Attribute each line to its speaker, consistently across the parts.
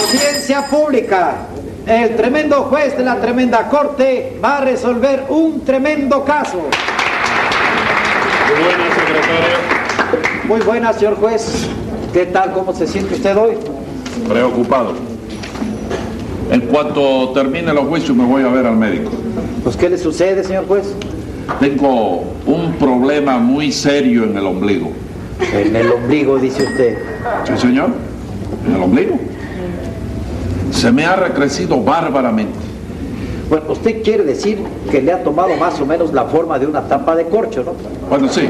Speaker 1: seguridad pública. El tremendo juez de la tremenda corte va a resolver un tremendo caso.
Speaker 2: Muy buenas, secretario.
Speaker 1: Muy buenas, señor juez. ¿Qué tal? ¿Cómo se siente usted hoy?
Speaker 2: Preocupado. En cuanto termine los juicios me voy a ver al médico.
Speaker 1: Pues, ¿qué le sucede, señor juez?
Speaker 2: Tengo un problema muy serio en el ombligo.
Speaker 1: En el ombligo, dice usted.
Speaker 2: Sí, señor. En el ombligo. Se me ha recrecido bárbaramente.
Speaker 1: Bueno, usted quiere decir que le ha tomado más o menos la forma de una tapa de corcho, ¿no?
Speaker 2: Bueno, sí.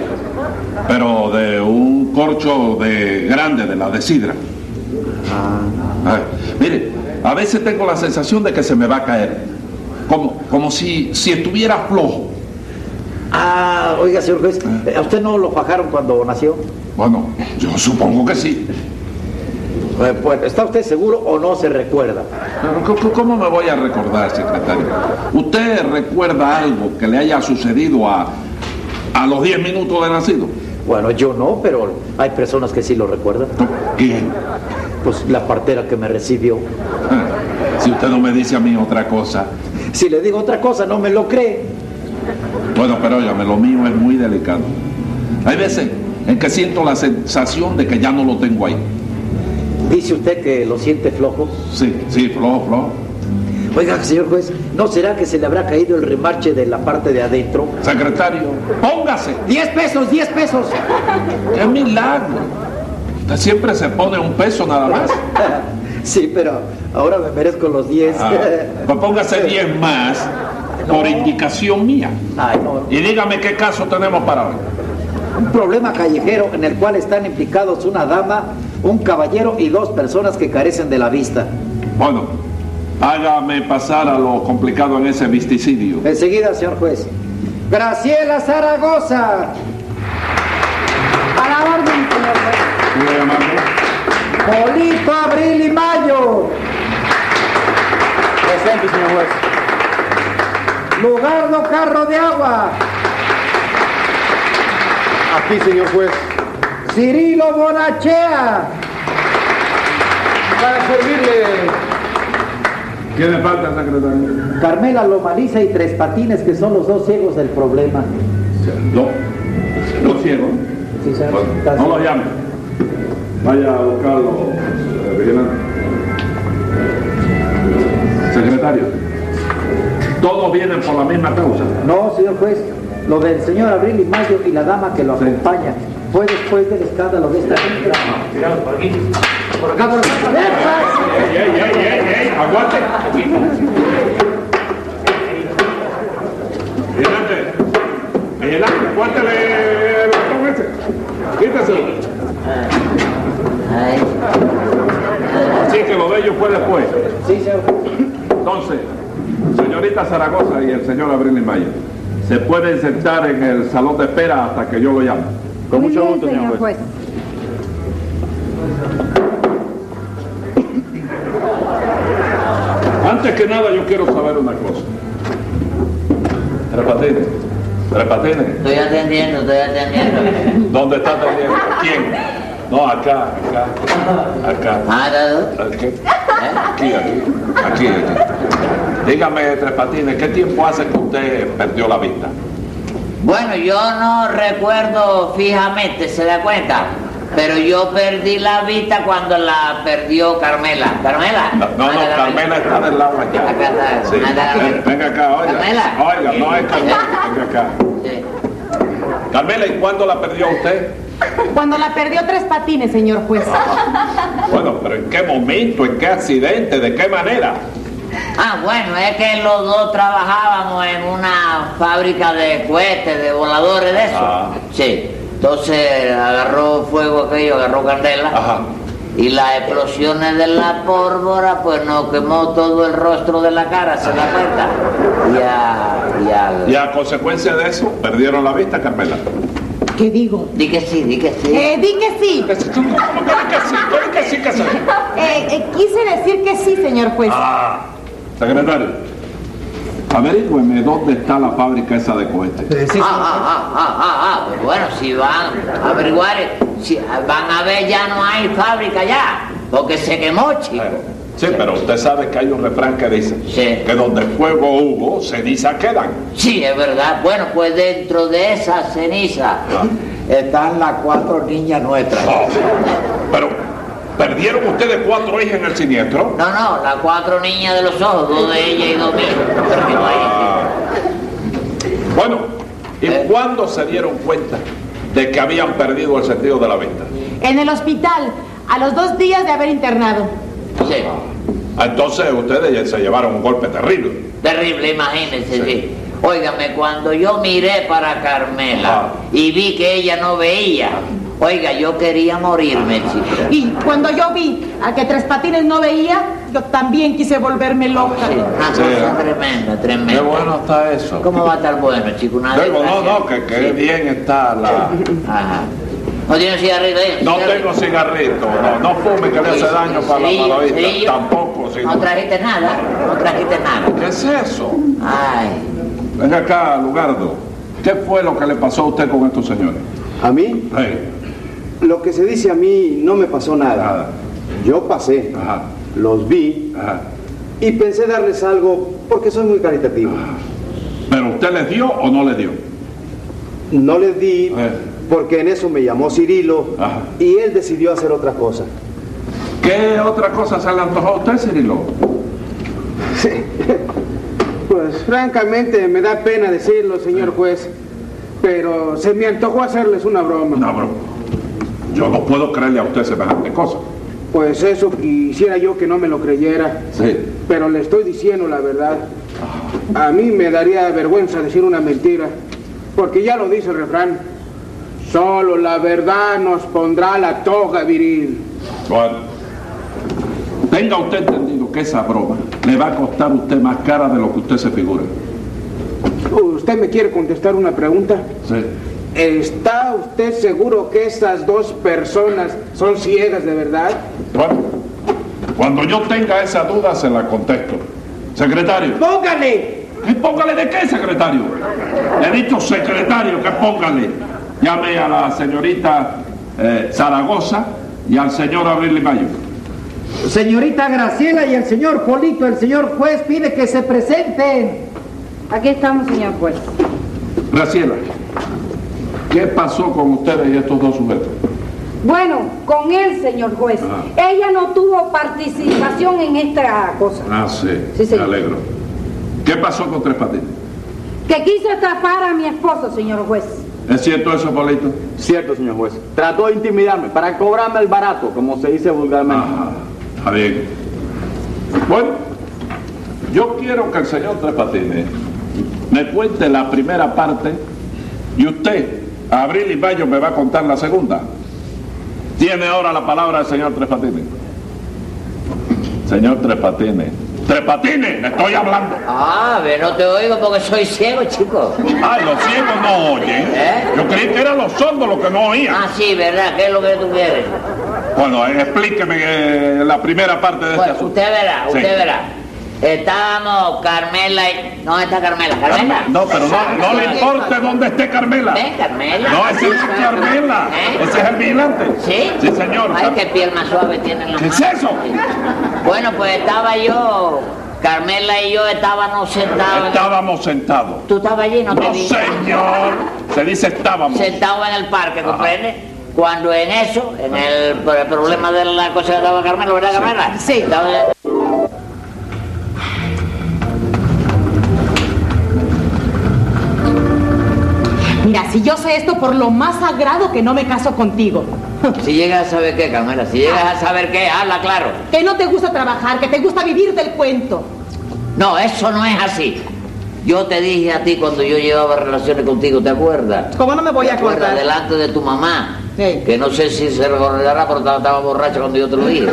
Speaker 2: Pero de un corcho de grande, de la de sidra. Ah, mire, a veces tengo la sensación de que se me va a caer. Como, como si, si estuviera flojo.
Speaker 1: Ah, oiga, señor juez, ¿a usted no lo fajaron cuando nació?
Speaker 2: Bueno, yo supongo que sí.
Speaker 1: Eh, Pues, ¿está usted seguro o no se recuerda?
Speaker 2: Pero ¿cómo- cómo- ¿Cómo me voy a recordar, secretario? ¿Usted recuerda algo que le haya sucedido a, a los 10 minutos de nacido?
Speaker 1: Bueno, yo no, pero hay personas que sí lo recuerdan.
Speaker 2: ¿Quién?
Speaker 1: Pues la partera que me recibió.
Speaker 2: Si usted no me dice a mí otra cosa.
Speaker 1: Si le digo otra cosa, no me lo cree.
Speaker 2: Bueno, pero óigame, lo mío es muy delicado. Hay veces en que siento la sensación de que ya no lo tengo ahí.
Speaker 1: Dice usted que lo siente flojo.
Speaker 2: Sí, sí, flojo, flojo.
Speaker 1: Oiga, señor juez, ¿no será que se le habrá caído el remarche de la parte de adentro?
Speaker 2: Secretario, póngase.
Speaker 1: ¡Diez pesos, diez pesos!
Speaker 2: ¡Qué milagro! Usted siempre se pone un peso nada más.
Speaker 1: Sí, pero ahora me merezco los diez.
Speaker 2: Ah, pues póngase 10 más por indicación mía.
Speaker 1: Ay, no.
Speaker 2: Y dígame qué caso tenemos para hoy.
Speaker 1: Un problema callejero en el cual están implicados una dama, un caballero y dos personas que carecen de la vista.
Speaker 2: Bueno, hágame pasar a lo complicado en ese visticidio.
Speaker 1: Enseguida, señor juez. Graciela Zaragoza.
Speaker 3: A la orden, señor juez.
Speaker 2: Muy amable.
Speaker 1: Polito Abril y Mayo.
Speaker 4: Presente, señor juez.
Speaker 1: Lugardo Carro de Agua.
Speaker 4: Aquí, señor juez.
Speaker 1: Cirilo Bonachea.
Speaker 4: Para servirle.
Speaker 2: ¿Qué le falta, secretario?
Speaker 1: Carmela Lomaliza y Tres Patines, que son los dos ciegos del problema.
Speaker 2: No, no ciego.
Speaker 1: Sí, señor. Está-
Speaker 2: No lo llame. Vaya a buscarlo, eh, vigilante. Secretario, todos vienen por la misma causa.
Speaker 1: No, señor juez, lo del señor Abril y Mayo y la dama que lo acompaña fue después del escándalo de esta gente. por aquí. Por acá, por acá. ¡Epa!
Speaker 2: ¡Ey, ey, ey, ey, ey! ¡Aguante! Vigilante, vigilante, cuéntale el ratón ese. Quítaselo. Así que lo de ellos fue después.
Speaker 1: Sí, señor juez.
Speaker 2: Entonces, señorita Zaragoza y el señor Abril y Mayo, se pueden sentar en el salón de espera hasta que yo lo llame.
Speaker 4: Con
Speaker 3: Muy
Speaker 4: mucho
Speaker 3: bien,
Speaker 4: gusto, señor juez.
Speaker 2: Antes que nada, yo quiero saber una cosa. Tres patines, tres patines.
Speaker 5: Estoy atendiendo, estoy atendiendo.
Speaker 2: ¿Dónde está también? ¿Quién? No, acá, acá, acá.
Speaker 5: Ah, ¿dado?
Speaker 2: Aquí, aquí, aquí, aquí. aquí. Dígame, Tres Patines, ¿qué tiempo hace que usted perdió la vista?
Speaker 5: Bueno, yo no recuerdo fijamente, ¿se da cuenta? Pero yo perdí la vista cuando la perdió Carmela. ¿Carmela?
Speaker 2: No, no, no, Carmela está del lado allá.
Speaker 5: Acá está,
Speaker 2: Sí.
Speaker 5: acá está.
Speaker 2: Ven- Venga acá, oiga.
Speaker 5: Carmela.
Speaker 2: Oiga, no es Carmela, venga acá.
Speaker 5: Sí.
Speaker 2: Carmela, ¿y cuándo la perdió usted?
Speaker 3: Cuando la perdió tres patines, señor juez.
Speaker 4: Ah,
Speaker 2: Bueno, pero ¿en qué momento? ¿En qué accidente? ¿De qué manera?
Speaker 5: Ah, bueno, es que los dos trabajábamos en una fábrica de cohetes, de voladores, de eso.
Speaker 2: Ah.
Speaker 5: Sí. Entonces agarró fuego aquello, agarró candela.
Speaker 2: Ajá.
Speaker 5: Y las explosiones de la pólvora, pues nos quemó todo el rostro de la cara, ¿se da cuenta? Y a... Y al-
Speaker 2: Y a consecuencia de eso, perdieron la vista, Carmela.
Speaker 3: ¿Qué digo?
Speaker 5: Di que sí, di que sí.
Speaker 3: Eh, di que sí.
Speaker 2: ¿Cómo que sí? ¿Cómo que sí que sí?
Speaker 3: Eh, eh, quise decir que sí, señor juez.
Speaker 2: Ah, secretario, averígüeme dónde está la fábrica esa de cohetes.
Speaker 5: Ah, ah, ah, ah, ah, ah. Bueno, si van a eh, averiguar, si van a ver, ya no hay fábrica ya, porque se quemó, chico.
Speaker 2: Sí, pero usted sabe que hay un refrán que dice
Speaker 5: Sí.
Speaker 2: que donde fuego hubo, cenizas quedan.
Speaker 5: Sí, es verdad. Bueno, pues dentro de esa ceniza
Speaker 2: Ah.
Speaker 5: están las cuatro niñas nuestras.
Speaker 2: Oh, pero, ¿perdieron ustedes cuatro hijas en el siniestro?
Speaker 5: No, no, las cuatro niñas de los ojos, dos de ellas y dos míos. Perdió ahí.
Speaker 2: Ah. Bueno, ¿y
Speaker 5: Eh.
Speaker 2: cuándo se dieron cuenta de que habían perdido el sentido de la vista?
Speaker 3: En el hospital, a los dos días de haber internado.
Speaker 5: Sí,
Speaker 2: Entonces ustedes ya se llevaron un golpe terrible.
Speaker 5: terrible, imagínense,
Speaker 2: Sí.
Speaker 5: sí. Óigame, cuando yo miré para Carmela
Speaker 2: Ah.
Speaker 5: y vi que ella no veía, oiga, yo quería morirme,
Speaker 2: Ah.
Speaker 5: chico.
Speaker 3: Y cuando yo vi a que Tres Patines no veía, yo también quise volverme loca.
Speaker 5: Sí, una
Speaker 2: Sí,
Speaker 5: cosa
Speaker 2: ah.
Speaker 5: tremenda, tremenda.
Speaker 2: está eso.
Speaker 5: ¿Cómo va a estar bueno, chico? Una
Speaker 2: Digo, no,
Speaker 5: desgracia.
Speaker 2: no, que, que bien está la...
Speaker 5: Ajá. ¿No tiene cigarrillo ahí?
Speaker 2: No
Speaker 5: ¿Cigarrillo?
Speaker 2: tengo cigarrito, no, no fume que le hace daño para la
Speaker 5: Cerillo,
Speaker 2: mala
Speaker 5: cerillo.
Speaker 2: vista. Tampoco, sí.
Speaker 5: No trajiste nada, no trajiste nada.
Speaker 2: ¿Qué es eso?
Speaker 5: Ay,
Speaker 2: Venga acá, Lugardo. ¿Qué fue lo que le pasó a usted con estos señores?
Speaker 4: ¿A mí?
Speaker 2: Sí.
Speaker 4: Lo que se dice a mí no me pasó nada.
Speaker 2: Nada.
Speaker 4: Yo pasé,
Speaker 2: Ajá.
Speaker 4: los vi
Speaker 2: Ajá.
Speaker 4: y pensé darles algo porque soy muy caritativo.
Speaker 2: ¿Pero usted les dio o no les dio?
Speaker 4: No les di
Speaker 2: Eh.
Speaker 4: porque en eso me llamó Cirilo
Speaker 2: Ajá.
Speaker 4: y él decidió hacer otra cosa.
Speaker 2: ¿Qué otra cosa se le antojó a usted, Cirilo?
Speaker 6: Pues francamente me da pena decirlo, señor juez, pero se me antojó hacerles una broma.
Speaker 2: No, bro. Yo no puedo creerle a usted semejante cosa.
Speaker 6: Pues eso quisiera yo que no me lo creyera,
Speaker 2: Sí.
Speaker 6: pero le estoy diciendo la verdad. A mí me daría vergüenza decir una mentira, porque ya lo dice el refrán. Solo la verdad nos pondrá la toga viril.
Speaker 2: Bueno. Tenga usted entendido que esa broma le va a costar a usted más cara de lo que usted se figura.
Speaker 6: ¿Usted me quiere contestar una pregunta?
Speaker 2: Sí.
Speaker 6: ¿Está usted seguro que esas dos personas son ciegas de verdad?
Speaker 2: Bueno, cuando yo tenga esa duda se la contesto. Secretario.
Speaker 6: ¡Póngale!
Speaker 2: ¿Y póngale de qué, secretario? Le he dicho secretario que póngale. Llame a la señorita eh, Zaragoza y al señor Abril Limayo.
Speaker 1: Señorita Graciela y el señor Polito, el señor juez pide que se presenten.
Speaker 3: Aquí estamos, señor juez.
Speaker 2: Graciela, ¿qué pasó con ustedes y estos dos sujetos?
Speaker 7: Bueno, con él, señor juez.
Speaker 2: Ah.
Speaker 7: Ella no tuvo participación en esta cosa.
Speaker 2: Ah, sí,
Speaker 7: Sí, señor.
Speaker 2: me alegro. ¿Qué pasó con Tres Patines?
Speaker 7: Que quiso estafar a mi esposo, señor juez.
Speaker 2: ¿Es cierto eso, Polito?
Speaker 4: Cierto, señor juez. Trató de intimidarme para cobrarme el barato, como se dice vulgarmente.
Speaker 2: Ajá, está bien. Bueno, yo quiero que el señor Tres Patines me cuente la primera parte y usted, Abril y Mayo, me va a contar la segunda. Tiene ahora la palabra el señor Tres Patines. Señor Tres Patines. ¡Tres Patines! ¡Le estoy hablando!
Speaker 5: ah, ve, no te oigo porque soy ciego, chico.
Speaker 2: Ah, los ciegos no oyen.
Speaker 5: ¿Eh?
Speaker 2: Yo creí que eran los sordos los que no oían.
Speaker 5: Ah, sí, ¿verdad? ¿Qué es lo que tú quieres?
Speaker 2: Bueno, eh, explíqueme eh, la primera parte de este
Speaker 5: Bueno,
Speaker 2: asunto.
Speaker 5: usted verá,
Speaker 2: Sí.
Speaker 5: usted verá. Estábamos Carmela y... No, está Carmela. ¿Carmela?
Speaker 2: No, pero no, no le importa dónde esté Carmela.
Speaker 5: ¿Ven, Carmela?
Speaker 2: No, ese no es Carmela.
Speaker 5: ¿Eh?
Speaker 2: Ese es el vigilante.
Speaker 5: ¿Sí?
Speaker 2: Sí, señor.
Speaker 5: Ay, qué piel más suave tienen los
Speaker 2: ¿Qué es eso?
Speaker 5: Bueno, pues estaba yo... Carmela y yo estábamos sentados...
Speaker 2: Estábamos sentados.
Speaker 5: Tú estabas allí, no te
Speaker 2: No,
Speaker 5: vi.
Speaker 2: señor. Se dice estábamos.
Speaker 5: Sentados en el parque, ¿comprende? Cuando en eso, en el, por el problema de la cosa que estaba Carmela, ¿verdad, Carmela?
Speaker 3: Sí.
Speaker 5: Estaba-
Speaker 3: Mira, si yo sé esto por lo más sagrado que no me caso contigo.
Speaker 5: Si llegas a saber qué, Carmela, si llegas a saber qué, habla claro.
Speaker 3: Que no te gusta trabajar, que te gusta vivir del cuento.
Speaker 5: No, eso no es así. Yo te dije a ti cuando yo llevaba relaciones contigo, ¿te acuerdas?
Speaker 3: ¿Cómo no me voy a
Speaker 5: ¿Te acuerdas?
Speaker 3: acordar?
Speaker 5: Delante de tu mamá.
Speaker 3: Sí.
Speaker 5: Que no sé si se recordará, pero estaba, estaba borracha cuando yo te lo dije.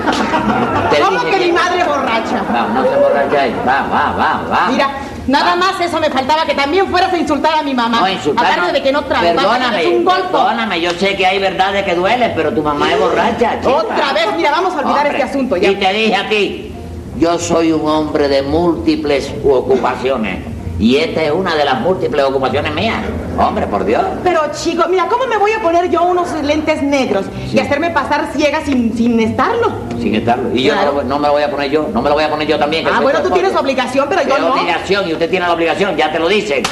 Speaker 5: Te
Speaker 3: ¿Cómo
Speaker 5: dije
Speaker 3: que mi madre borracha?
Speaker 5: No, no se borracháis. Va, va, va, va.
Speaker 3: Mira, nada más eso me faltaba, que también fueras a insultar a mi mamá.
Speaker 5: Ah. No, insultar,
Speaker 3: Aparte de que no trabajas,
Speaker 5: Perdóname,
Speaker 3: es un golpe.
Speaker 5: perdóname, yo sé que hay verdades que duelen, pero tu mamá es borracha. chica.
Speaker 3: Otra vez, mira, vamos a olvidar
Speaker 5: Hombre,
Speaker 3: este asunto ya.
Speaker 5: Y te dije a ti, yo soy un hombre de múltiples ocupaciones. Y esta es una de las múltiples ocupaciones mías. Hombre, por Dios.
Speaker 3: Pero chico, mira, ¿cómo me voy a poner yo unos lentes negros y hacerme pasar ciega sin, sin estarlo?
Speaker 5: Sin estarlo. Y yo
Speaker 3: Claro.
Speaker 5: no, lo- no me lo voy a poner yo. No me lo voy a poner yo también. que
Speaker 3: Ah,
Speaker 5: soy
Speaker 3: bueno,
Speaker 5: tu
Speaker 3: tú tienes
Speaker 5: esposo.
Speaker 3: obligación, pero yo
Speaker 5: Tengo
Speaker 3: no.
Speaker 5: obligación y usted tiene la obligación, ya te lo dicen.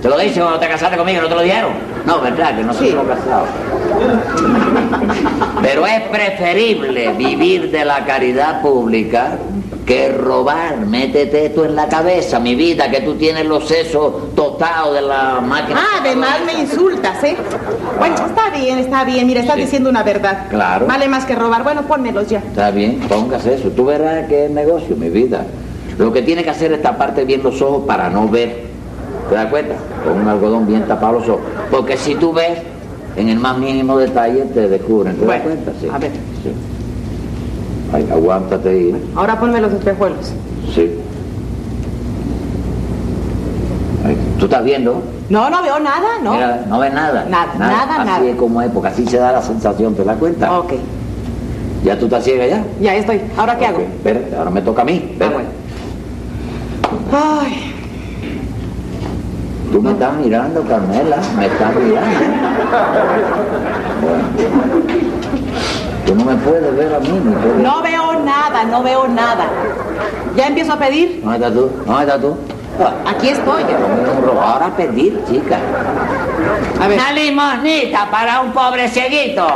Speaker 5: Te lo dicen cuando te casaste conmigo, ¿no te lo dijeron? No, verdad, que nosotros
Speaker 3: Sí.
Speaker 5: somos casados. Pero es preferible vivir de la caridad pública que robar. Métete esto en la cabeza, mi vida, que tú tienes los sesos totados de la máquina.
Speaker 3: Ah, además me insultas, ¿eh? Bueno, está bien, está bien. Mira, estás
Speaker 5: Sí.
Speaker 3: diciendo una verdad.
Speaker 5: Claro.
Speaker 3: Vale más que robar. Bueno, pónmelos ya.
Speaker 5: Está bien, póngase eso. Tú verás que es negocio, mi vida. Lo que tiene que hacer es taparte bien los ojos para no ver. ¿Te das cuenta? Con un algodón bien tapado los ojos. Porque si tú ves, en el más mínimo detalle te descubren. ¿Te
Speaker 3: Bueno,
Speaker 5: das cuenta? Sí.
Speaker 3: a ver.
Speaker 5: Sí. Ay, aguántate ahí. ¿eh?
Speaker 3: Ahora ponme los espejuelos.
Speaker 5: Sí. Ay, ¿Tú estás viendo?
Speaker 3: No, no veo nada, ¿no?
Speaker 5: Mira, no ves nada.
Speaker 3: Nada, nada,
Speaker 5: Así
Speaker 3: nada.
Speaker 5: es como es, porque así se da la sensación, ¿te das cuenta?
Speaker 3: Ok,
Speaker 5: Ya tú estás ciega ya.
Speaker 3: ya estoy. ¿Ahora qué hago?
Speaker 5: Ok, espérate, ahora me toca a mí.
Speaker 3: Ah,
Speaker 5: espérate.
Speaker 3: bueno. Ay,
Speaker 5: Tú me estás mirando, Carmela, me estás mirando. Bueno. Tú no me puedes ver a mí, ni puedes-
Speaker 3: no veo nada, no veo nada. Ya empiezo a pedir.
Speaker 5: ¿Dónde estás tú? ¿Dónde estás tú? Ah,
Speaker 3: Aquí estoy.
Speaker 5: me han robado. Ahora a pedir, chica.
Speaker 3: A ver.
Speaker 5: Una limosnita para un pobre cieguito.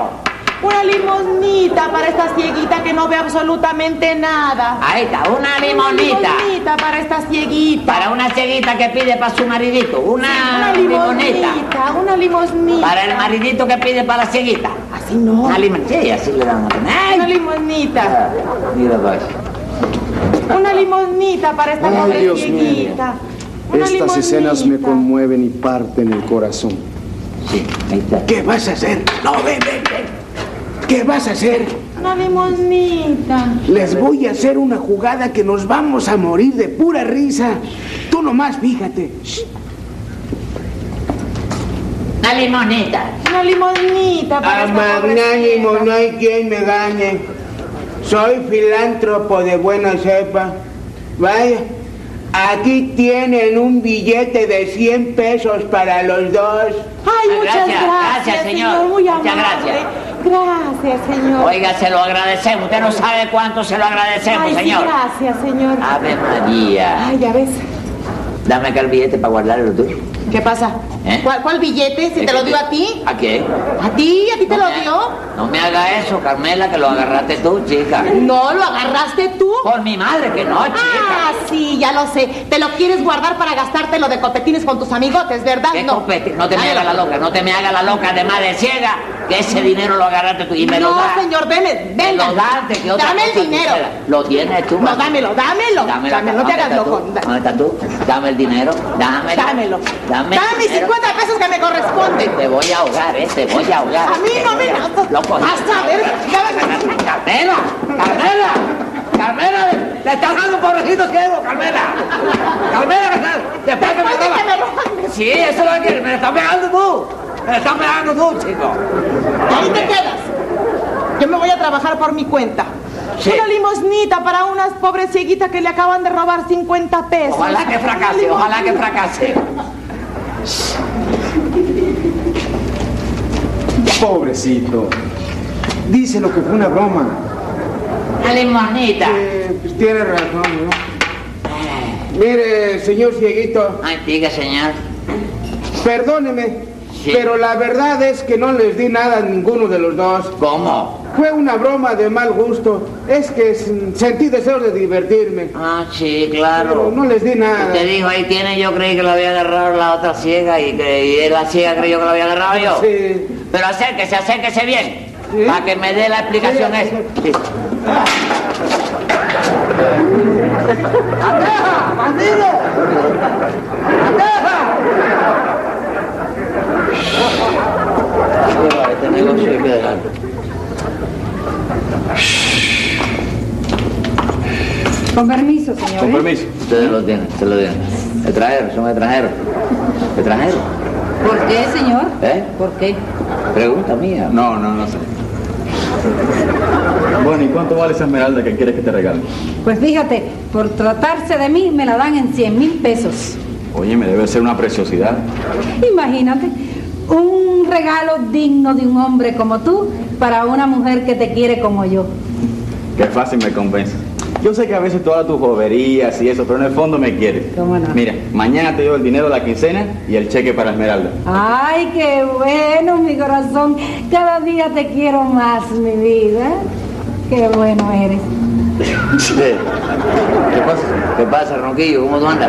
Speaker 3: Una limosnita para esta cieguita que no ve absolutamente nada.
Speaker 5: Ahí está, una
Speaker 3: Una
Speaker 5: limonita.
Speaker 3: limosnita para esta cieguita.
Speaker 5: Para una cieguita que pide para su maridito. Una,
Speaker 3: Una
Speaker 5: limonita.
Speaker 3: limosnita, una limosnita.
Speaker 5: Para el maridito que pide para la cieguita.
Speaker 3: Así no.
Speaker 5: Una limonita. Sí, así le dan a tener.
Speaker 3: Una
Speaker 5: ¡Ay!
Speaker 3: limosnita.
Speaker 5: Ah, Mira, pues.
Speaker 3: Una limosnita para esta
Speaker 8: Ay,
Speaker 3: pobre
Speaker 8: Dios mío.
Speaker 3: cieguita. Una
Speaker 8: Estas escenas me
Speaker 3: limonita.
Speaker 8: conmueven y parten el corazón.
Speaker 5: Sí, ahí está.
Speaker 6: ¿Qué vas a hacer? No, ven, ven, ven. ¿Qué vas a hacer?
Speaker 3: Una limosnita.
Speaker 6: Les voy a hacer una jugada que nos vamos a morir de pura risa. Tú nomás fíjate.
Speaker 5: Una limonita.
Speaker 3: Una limonita para esta pobre
Speaker 6: Magnánimo,
Speaker 3: cieguita.
Speaker 6: no hay quien me gane. Soy filántropo de buena cepa. Vaya, aquí tienen un billete de 100 pesos para los dos.
Speaker 3: Ay,
Speaker 5: Ah,
Speaker 3: muchas gracias,
Speaker 5: gracias, gracias, señor.
Speaker 3: Muy
Speaker 5: Muchas
Speaker 3: amable.
Speaker 5: gracias.
Speaker 3: Gracias, señor.
Speaker 5: Oiga, se lo agradecemos. Usted no sabe cuánto se lo agradecemos,
Speaker 3: Ay, sí,
Speaker 5: señor.
Speaker 3: gracias, señor.
Speaker 5: Ave María.
Speaker 3: Ay, ya ves.
Speaker 5: Dame acá el billete para guardarlo tú.
Speaker 3: ¿Qué pasa?
Speaker 5: ¿Eh?
Speaker 3: ¿Cuál, cuál billete? Si
Speaker 5: Es
Speaker 3: te lo
Speaker 5: que
Speaker 3: dio a ti.
Speaker 5: ¿A qué?
Speaker 3: ¿A ti? ¿A ti te
Speaker 5: No
Speaker 3: lo
Speaker 5: me-
Speaker 3: dio?
Speaker 5: No me haga eso, Carmela, que lo agarraste tú, chica.
Speaker 3: No, lo agarraste tú.
Speaker 5: Por mi madre que no,
Speaker 3: Ah,
Speaker 5: chica.
Speaker 3: sí, ya lo sé. Te lo quieres guardar para gastártelo de copetines con tus amigotes, ¿verdad?
Speaker 5: ¿Qué
Speaker 3: no.
Speaker 5: copete? No te me
Speaker 3: Ay,
Speaker 5: haga la loca, no te me haga la loca, además de ciega, que ese dinero lo agarraste tú y me
Speaker 3: no,
Speaker 5: lo das.
Speaker 3: señor, deme,
Speaker 5: Me
Speaker 3: venga.
Speaker 5: lo das, de que otra
Speaker 3: Dame el
Speaker 5: cosa tú
Speaker 3: dinero.
Speaker 5: quieras. Lo tienes tú.
Speaker 3: No,
Speaker 5: mamá.
Speaker 3: dámelo, dámelo.
Speaker 5: Dame
Speaker 3: Dámelo, no te hagas loco.
Speaker 5: ¿Dónde estás tú? Dame el dinero. Dámelo.
Speaker 3: Dámelo.
Speaker 5: Dame,
Speaker 3: Dame mis 50 pesos que me corresponden.
Speaker 5: Te voy a ahogar, ¿eh? Te voy a ahogar.
Speaker 3: A mí
Speaker 5: Te
Speaker 3: no
Speaker 5: voy
Speaker 3: me
Speaker 5: a-
Speaker 3: lanzas.
Speaker 5: Lo cogí.
Speaker 3: Hasta ver.
Speaker 5: Carmela, Carmela, Carmela, le estás dando un pobrecito ciego, Carmela. Carmela, que está- después que me
Speaker 3: Después de
Speaker 5: roba.
Speaker 3: que me roban.
Speaker 5: Sí, eso es lo que me la estás pegando tú. Me la estás pegando tú, chico.
Speaker 3: Ahí te quedas. Yo me voy a trabajar por mi cuenta.
Speaker 5: Sí.
Speaker 3: Una limosnita para unas pobres cieguitas que le acaban de robar 50 pesos.
Speaker 5: Ojalá que fracase,
Speaker 3: Una
Speaker 5: ojalá que
Speaker 3: limosnita.
Speaker 5: fracase.
Speaker 8: Pobrecito. Dice lo que fue una broma.
Speaker 5: Una limonita.
Speaker 6: Eh, pues tiene razón, ¿no? Mire, señor Cieguito,
Speaker 5: Ay, Ah, diga, señor.
Speaker 6: perdóneme,
Speaker 5: Sí.
Speaker 6: pero la verdad es que no les di nada a ninguno de los dos.
Speaker 5: ¿Cómo?
Speaker 6: Fue una broma de mal gusto. Es que s- sentí deseos de divertirme.
Speaker 5: Ah, sí,
Speaker 6: Pero
Speaker 5: claro.
Speaker 6: no les di nada.
Speaker 5: Usted dijo, ahí tiene, yo creí que lo había agarrado la otra ciega y, que, y la ciega creyó que lo había agarrado yo.
Speaker 6: Sí.
Speaker 5: Pero acérquese, acérquese bien.
Speaker 6: Sí.
Speaker 5: Para que me dé la explicación
Speaker 6: Sí,
Speaker 5: esa. Sí.
Speaker 6: ¡Ateja, bandido! ¡Ateja!
Speaker 5: Este negocio hay que dejarlo.
Speaker 7: Con permiso, señor.
Speaker 2: Con
Speaker 7: ¿eh?
Speaker 2: permiso.
Speaker 5: Ustedes lo tienen, ustedes lo tienen. Extranjeros, son extranjeros. Extranjeros.
Speaker 7: ¿Por qué, señor?
Speaker 5: ¿Eh?
Speaker 7: ¿Por qué?
Speaker 5: Pregunta mía.
Speaker 4: No, no, no sé. Bueno, ¿y cuánto vale esa esmeralda que quieres que te regale?
Speaker 7: Pues fíjate, por tratarse de mí me la dan en 100 mil pesos.
Speaker 4: Oye, me debe ser una preciosidad.
Speaker 7: Imagínate, un regalo digno de un hombre como tú para una mujer que te quiere como yo.
Speaker 4: Qué fácil me convences. Yo sé que a veces todas tus boberías y eso, pero en el fondo me quieres.
Speaker 7: ¿Cómo no?
Speaker 4: Mira, mañana te llevo el dinero de la quincena y el cheque para Esmeralda.
Speaker 7: Ay, qué bueno, mi corazón. Cada día te quiero más, mi vida. Qué bueno eres.
Speaker 5: ¿Qué pasa? ¿Qué pasa, Ronquillo? ¿Cómo tú andas?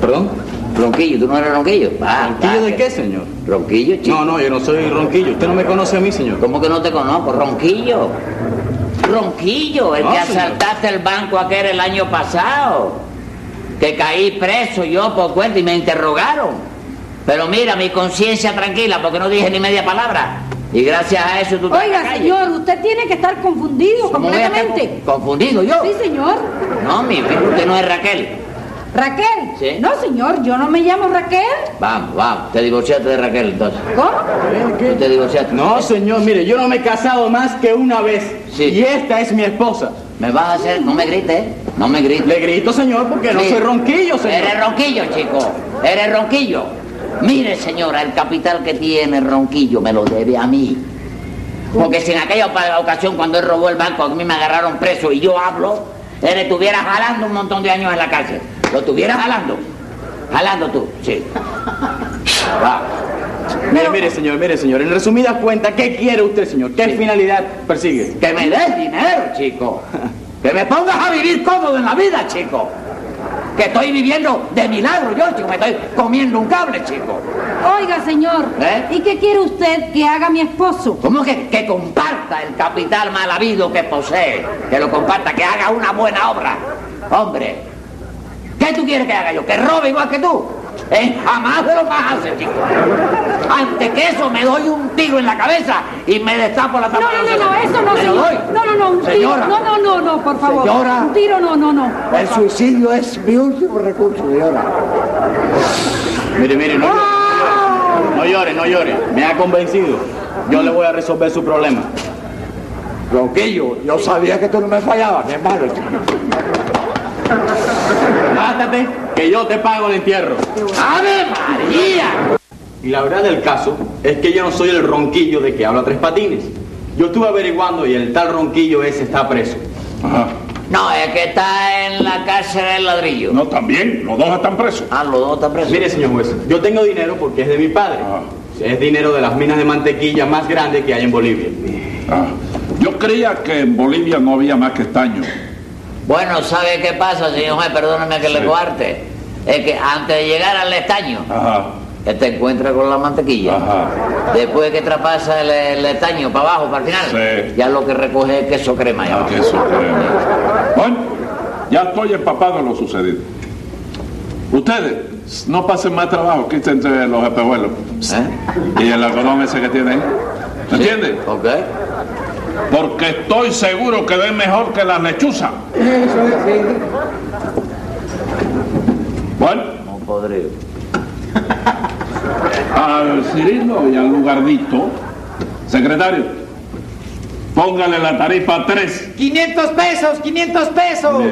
Speaker 4: ¿Perdón?
Speaker 5: Ronquillo, ¿tú no eres Ronquillo? Va,
Speaker 4: ¿Ronquillo
Speaker 5: va,
Speaker 4: de
Speaker 5: que-
Speaker 4: qué, señor?
Speaker 5: Ronquillo, chico.
Speaker 4: No, no, yo no soy ronquillo. Usted no me conoce a mí, señor.
Speaker 5: ¿Cómo que no te conozco? Ronquillo. Ronquillo, el
Speaker 4: No,
Speaker 5: que
Speaker 4: señor.
Speaker 5: asaltaste el banco aquel el año pasado. Que caí preso yo por cuenta y me interrogaron. Pero mira, mi conciencia tranquila porque no dije ni media palabra. Y gracias a eso tú estás en la
Speaker 7: Oiga,
Speaker 5: calle.
Speaker 7: señor, usted tiene que estar confundido
Speaker 5: ¿Cómo voy a estar
Speaker 7: completamente.
Speaker 5: con- confundido yo?
Speaker 7: Sí, señor.
Speaker 5: No, mi vida, usted no es Raquel.
Speaker 7: Raquel.
Speaker 5: Sí.
Speaker 7: No, señor, yo no me llamo Raquel.
Speaker 5: Vamos, vamos, te divorciaste de Raquel entonces.
Speaker 7: ¿Cómo?
Speaker 5: Tú te divorciaste.
Speaker 4: No, señor, mire, yo no me he casado más que una vez.
Speaker 5: Sí.
Speaker 4: Y esta es mi esposa.
Speaker 5: Me vas a hacer, no me grites, ¿eh? no me grites.
Speaker 4: Le grito, señor, porque no
Speaker 5: Sí.
Speaker 4: soy ronquillo,
Speaker 5: Eres
Speaker 4: señor.
Speaker 5: ronquillo, chico. Eres ronquillo. Mire, señora, el capital que tiene ronquillo me lo debe a mí. Porque si en aquella opa- ocasión cuando él robó el banco a mí me agarraron preso y yo hablo, él estuviera jalando un montón de años en la cárcel. Lo estuviera jalando. Jalando tú, sí. Va.
Speaker 4: Mire, mire, señor, mire, señor. En resumidas cuentas, ¿qué quiere usted, señor? ¿Qué
Speaker 5: Sí.
Speaker 4: finalidad persigue?
Speaker 5: Que me des dinero, chico. Que me pongas a vivir cómodo en la vida, chico. Que estoy viviendo de milagro yo, chico. Me estoy comiendo un cable, chico.
Speaker 7: Oiga, señor.
Speaker 5: ¿Eh?
Speaker 7: ¿Y qué quiere usted que haga mi esposo?
Speaker 5: ¿Cómo que, que comparta el capital mal habido que posee? Que lo comparta, que haga una buena obra. Hombre, ¿qué tú quieres que haga yo? ¿Que robe igual que tú? ¿Eh? Jamás de lo más hace, chico. Antes que eso me doy un tiro en la cabeza y me destapo la
Speaker 7: No,
Speaker 5: tapa.
Speaker 7: no,
Speaker 5: de
Speaker 7: no,
Speaker 5: los
Speaker 7: no,
Speaker 5: sesos.
Speaker 7: eso no,
Speaker 5: ¿Me lo
Speaker 7: señor.
Speaker 5: doy?
Speaker 7: No, no, no, un tiro.
Speaker 5: Señora,
Speaker 7: No, no, no, no, por favor.
Speaker 1: Señora.
Speaker 7: Un tiro, no, no, no.
Speaker 1: El suicidio es mi último recurso, señora.
Speaker 4: Mire, mire, no
Speaker 7: ¡Ah!
Speaker 4: llore. No llore, no llore. Me ha convencido. Yo le voy a resolver su problema.
Speaker 1: Ronquillo, yo sabía que tú no me fallabas, mi hermano.
Speaker 4: Bástate que yo te pago el entierro.
Speaker 5: ¡Ave María!
Speaker 4: Y la verdad del caso es que yo no soy el ronquillo de que habla Tres Patines. Yo estuve averiguando y el tal ronquillo ese está preso.
Speaker 2: Ajá.
Speaker 5: No, es que está en la cárcel del ladrillo.
Speaker 2: No, también, los dos están presos.
Speaker 5: Ah, los dos están presos.
Speaker 4: Mire, señor juez, yo tengo dinero porque es de mi padre.
Speaker 2: Ah.
Speaker 4: Es dinero de las minas de mantequilla más grandes que hay en Bolivia.
Speaker 2: Ah, Yo creía que en Bolivia no había más que estaño.
Speaker 5: Bueno, ¿sabe qué pasa, señor juez? Perdóneme que
Speaker 2: Sí.
Speaker 5: le coarte. Es que antes de llegar al estaño,
Speaker 2: Ajá,
Speaker 5: que te encuentra con la mantequilla.
Speaker 2: ajá.
Speaker 5: Después que traspasa el, el estaño para abajo, para el final,
Speaker 2: Sí.
Speaker 5: ya lo que recoge es queso crema. ya.
Speaker 2: Ah, que eso creo. Bueno, ya estoy empapado de lo sucedido. Ustedes, no pasen más trabajo, quítense los espejuelos.
Speaker 5: ¿Eh?
Speaker 2: Y el algodón ese que tienen. ¿Me entiendes?
Speaker 5: Ok.
Speaker 2: Porque estoy seguro que ven mejor que las lechuzas. Bueno,
Speaker 5: No podrido.
Speaker 2: al Cirilo y al Lugardito, secretario, póngale la tarifa 3.
Speaker 8: 500 pesos, 500 pesos.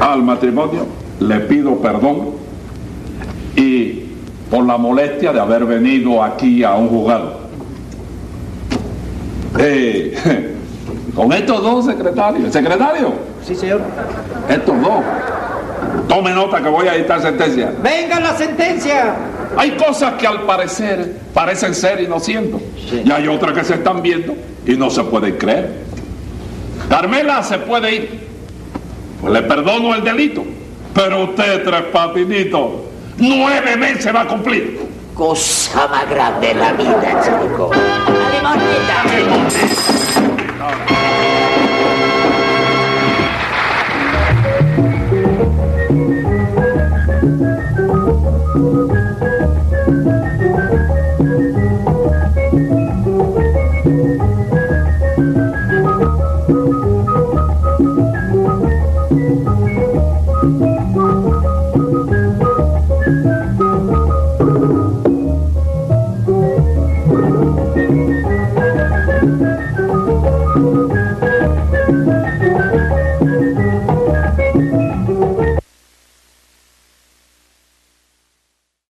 Speaker 2: Al matrimonio le pido perdón y por la molestia de haber venido aquí a un juzgado. Eh, con estos dos secretarios, secretario,
Speaker 8: Sí, señor.
Speaker 2: estos dos, tome nota que voy a dictar sentencia.
Speaker 8: Venga la sentencia.
Speaker 2: Hay cosas que al parecer parecen ser y no siendo.
Speaker 5: Sí.
Speaker 2: Y hay otras que se están viendo y no se pueden creer. Carmela se puede ir. Pues le perdono el delito. Pero usted, tres patinitos, nueve meses va a cumplir.
Speaker 5: Cosa más grande de la vida, chico. ¡Dale, bonita!